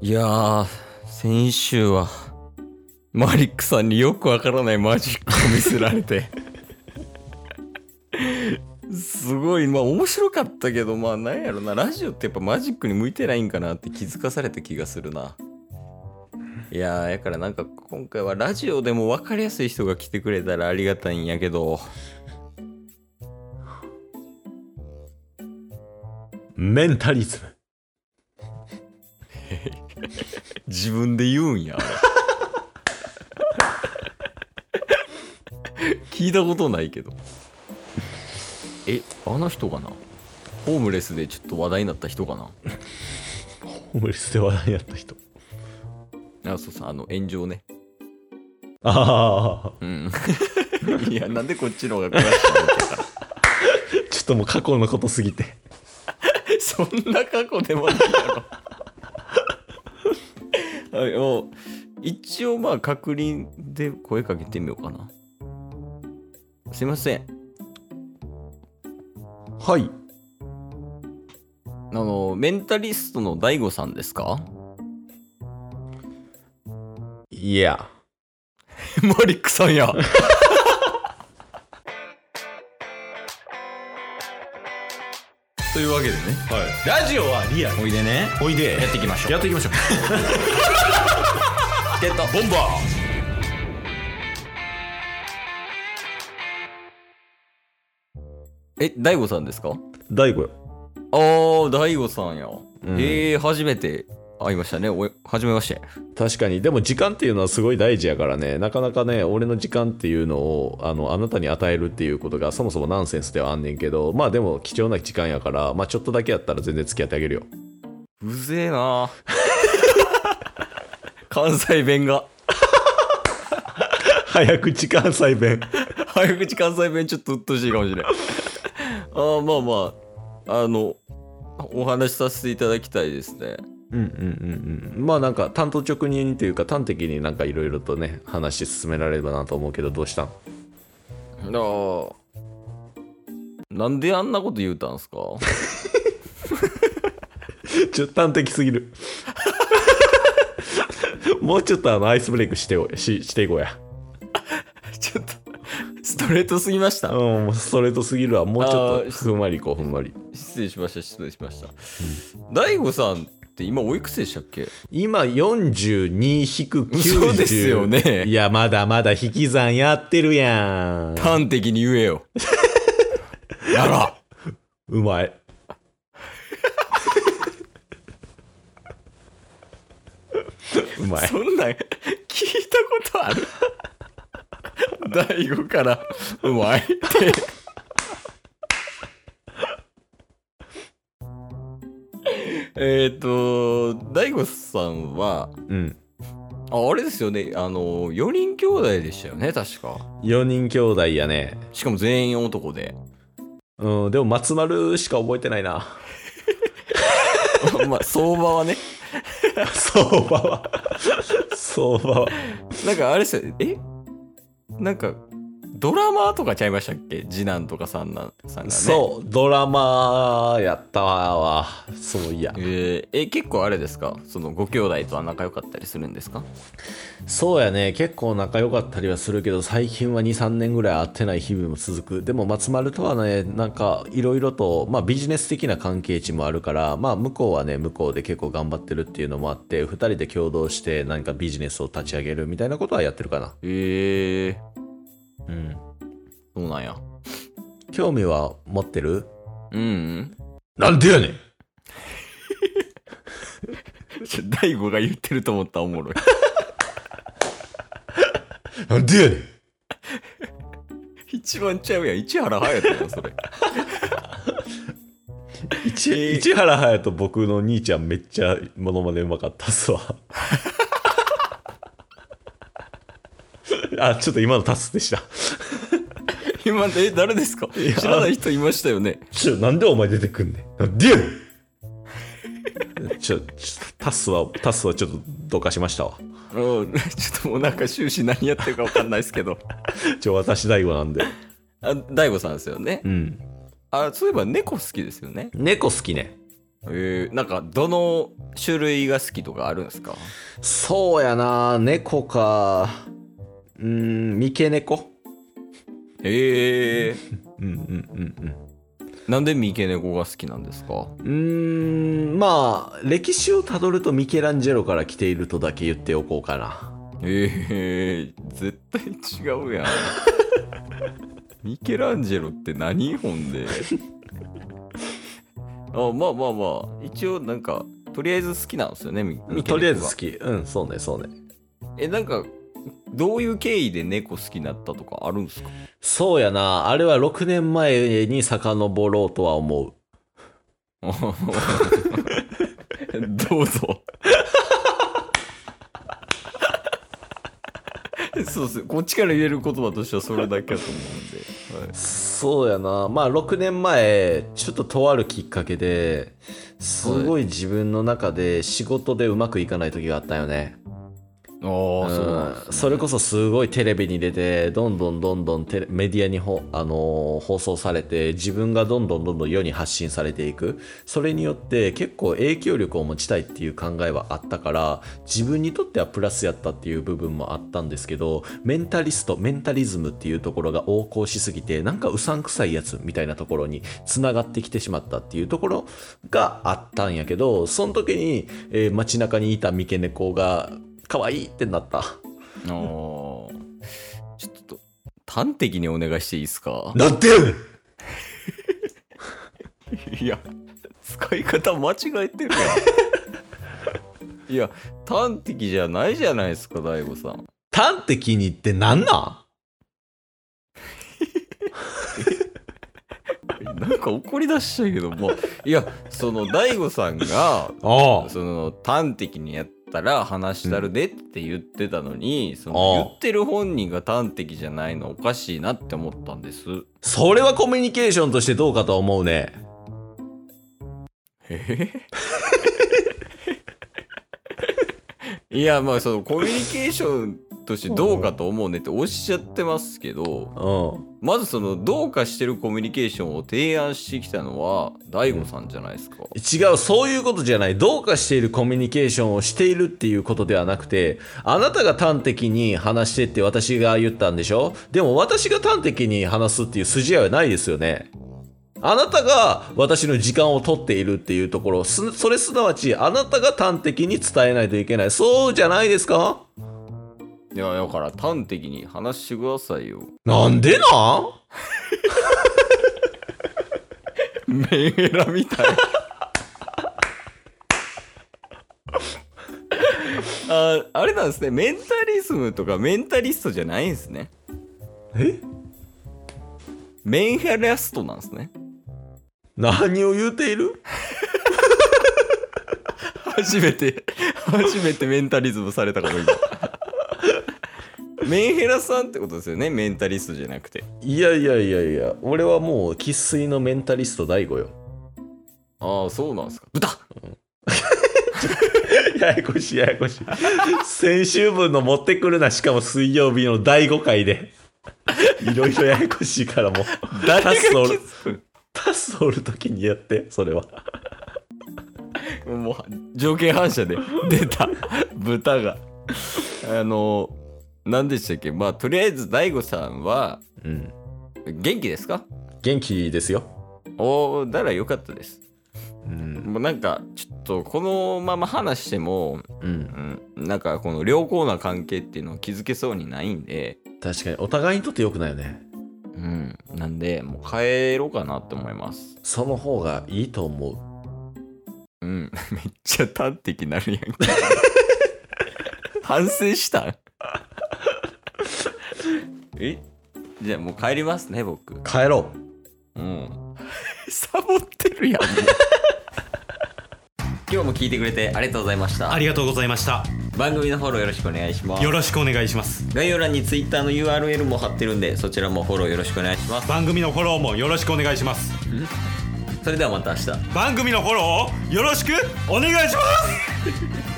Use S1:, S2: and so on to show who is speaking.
S1: いやー、先週は、マリックさんによくわからないマジックを見せられて。すごい、まあ面白かったけど、まあなんやろな、ラジオってやっぱマジックに向いてないんかなって気づかされた気がするな。いやー、やからなんか今回はラジオでも分かりやすい人が来てくれたらありがたいんやけど。
S2: メンタリズム。
S1: 自分で言うんや聞いたことないけどえあの人かなホームレスでちょっと話題になった人かな
S2: ホームレスで話題になった人。
S1: あそうそうあの炎上ね
S2: あ
S1: うん いやなんでこっちの方が詳しいのってか
S2: あ、ちょっともう過去のことすぎて。
S1: そんな過去でもないだろ はいもう一応まあ確認で声かけてみようかなすいません
S2: はい。
S1: あの、メンタリストの DAIGO さんですか
S2: いや。
S1: マリックさんや。 というわけでね、
S2: はい。ラジオはリア
S1: おいでね、
S2: おいで。
S1: やっていきましょう。
S2: っていきましょう。
S1: ってた。
S2: ボンバ
S1: え、DAIGO さんですかあ
S2: ー大悟よ。
S1: あ、DAIGO さんや。
S2: うん
S1: えー、初めて会いましたね。お初めまして。
S2: 確かに。でも時間っていうのはすごい大事やからね。なかなかね、俺の時間っていうのを、あの、あなたに与えるっていうことがそもそもナンセンスではあんねんけど、まあでも貴重な時間やから、まあちょっとだけやったら全然付き合ってあげるよ。
S1: うぜえ な関西弁が。
S2: 早く時間再弁。
S1: 早口関西弁ちょっと鬱陶しいかもしれ ん。ああ、まあまあ、あの、お話しさせていただきたいですね。
S2: うんうんうんうん。まあなんか、単刀直入にというか、端的になんかいろいろとね、話進められればなと思うけど、どうしたん
S1: あなんであんなこと言うたんすか
S2: ちょっと端的すぎる。 もうちょっとあのアイスブレイクしておししていこうや。
S1: ちょっとストレートすぎまし
S2: うん、
S1: た
S2: もうストレートすぎるわ。もうちょ
S1: あー
S2: っとふんわりいこう、ふんわり。
S1: 失礼しました失礼しました大悟さんって今おいくつでしたっけ
S2: 今42-90。
S1: そうですよね
S2: いや、まだまだ引き算やってるやん。
S1: 端的に言えよやら
S2: うまい。うま い。
S1: そんなん聞いたことある 大悟からうまいって えっと大悟さんは
S2: うん。
S1: ああれですよねあの4人兄弟でしたよね確か
S2: 4人兄弟やね。
S1: しかも全員男で
S2: うん、でも松丸しか覚えてないな。
S1: まあ相場はね
S2: 相場は相場は
S1: なんかあれですよえなんかドラマーとかちゃいましたっけ次男とか三男さんがね
S2: そうドラマやったわそういや
S1: えーえ結構あれですかそのご兄弟とは仲良かったりするんですか
S2: そうやね結構仲良かったりはするけど最近は23年ぐらい会ってない日々も続くでも松丸とはねなんかいろいろと、まあ、ビジネス的な関係値もあるから、まあ、向こうはね向こうで結構頑張ってるっていうのもあって2人で共同して何かビジネスを立ち上げるみたいなことはやってるかな
S1: ええ
S2: うん
S1: そうなんや
S2: 興味は持ってる
S1: うんうん
S2: なんでやねん
S1: ちょ大悟が言ってると思ったらおもろい
S2: なんでやねん
S1: 一番ちゃうやん市原隼人やんそれ
S2: 市市原隼人僕の兄ちゃんめっちゃモノマネうまかったっすわ あちょっと今のタスでした
S1: 今え誰ですか
S2: いや
S1: 知らない人いましたよね
S2: ちょなんでお前出てくんねんなんでやねんちょちょタスはタスはちょっとどかしましたわ
S1: うん、ちょっともうなんか終始何やってるか分かんないですけど。
S2: ちょ私大悟なんで
S1: あ、大悟さんですよね
S2: う。ん
S1: あ、そういえば猫好きですよね。
S2: 猫好きね
S1: えー、なんかどの種類が好きとかあるんですか
S2: そうやな猫かうーん三毛猫
S1: ええ
S2: うんうんうん
S1: なんで三毛猫が好きなんですか
S2: うんうーんまあ歴史をたどるとミケランジェロから来ているとだけ言っておこうかな
S1: ええ絶対違 うやんミケランジェロって何本 であまあまあまあ一応なんかとりあえず好きなんですよねミミケ
S2: とりあえず好
S1: 好き
S2: きうんそうねそうね
S1: えなんかどういう経緯で猫好きになったとかあるんですか
S2: そうやなあれは6年前に遡ろうとは思う
S1: どうぞ。 そうですこっちから言える言葉としてはそれだけだと思うんで、
S2: そうやなまあ6年前ちょっととあるきっかけですごい自分の中で仕事でうまくいかない時があったよね
S1: ああそうなんです
S2: うんそれこそすごいテレビに出てどんどんどんどんテレメディアにほ、あのー放送されて自分がどんどんどんどん世に発信されていくそれによって結構影響力を持ちたいっていう考えはあったから自分にとってはプラスやったっていう部分もあったんですけどメンタリストメンタリズムっていうところが横行しすぎてなんかうさんくさいやつみたいなところにつながってきてしまったっていうところがあったんやけどその時に、えー街中にいた三毛猫が可愛いってなった。
S1: あーちょっと端的にお願いしていいですか
S2: なんて
S1: いや使い方間違えてるや んいや端的じゃないじゃないですか大悟さん
S2: 端的にってなんな
S1: なんか怒り出したけどもういやその大悟さんが
S2: んあ
S1: その端的にやったら話したるでって言ってたのに、そ
S2: ああ
S1: の言ってる本人が端的じゃないのおかしいなって思ったんです。
S2: それはコミュニケーションとしてどうかと思うね。
S1: えいやまあそのコミュニケーションとしてどうかと思うねっておっしゃってますけど
S2: うん。
S1: まずそのどうかしてるコミュニケーションを提案してきたのは大悟さんじゃないですか。
S2: 違う、そういうことじゃない。どうかしているコミュニケーションをしているっていうことではなくて、あなたが端的に話してって私が言ったんでしょでも私が端的に話すっていう筋合いはないですよね。あなたが私の時間を取っているっていうところ、すそれすなわちあなたが端的に伝えないといけない。そうじゃないですか
S1: いやだから端的に話してくださいよ。
S2: なんでなん
S1: メンヘラみたい。 ああれなんですねメンタリズムとかメンタリストじゃないんですね
S2: え
S1: メンヘラストなんですね
S2: 何を言うている
S1: 初めて初めてメンタリズムされたかも今 メンヘラさんってことですよねメンタリストじゃなくて
S2: いやいやいやいや俺はもう生粋のメンタリスト大悟よ
S1: ああそうなんですか豚
S2: ややこしいややこしい先週分の持ってくるなしかも水曜日の第5回でいろいろややこしいからもう
S1: 誰が
S2: タスおる
S1: 気づ
S2: タスおる時にやってそれは
S1: くもう条件反射で出た豚があの何でしたっけまあとりあえず大悟さんは
S2: うん
S1: 元気ですか
S2: 元気ですよ
S1: おおだらよかったです
S2: うん
S1: もうなんかちょっとこのまま話しても、
S2: うん
S1: うん、なんかこの良好な関係っていうのを築けそうにないんで
S2: 確かにお互いにとって良くないよね
S1: うんなんでもう帰ろうかなって思います
S2: その方がいいと思う
S1: うん めっちゃ端的なるやんけ反省したん えじゃあもう帰りますね僕
S2: 帰ろう
S1: うん。 サボってるやん。 今日も聞いてくれてありがとうございました
S3: あ。りがとうございました
S1: 番組のフォローよろしくお願いします
S3: よ。ろしくお願いします
S1: 概要欄に Twitter の URL も貼ってるんで、そちらもフォローよろしくお願いします。
S3: 番組のフォローもよろしくお願いします
S1: それではまた明日。
S3: 番組のフォローをよろしくお願いします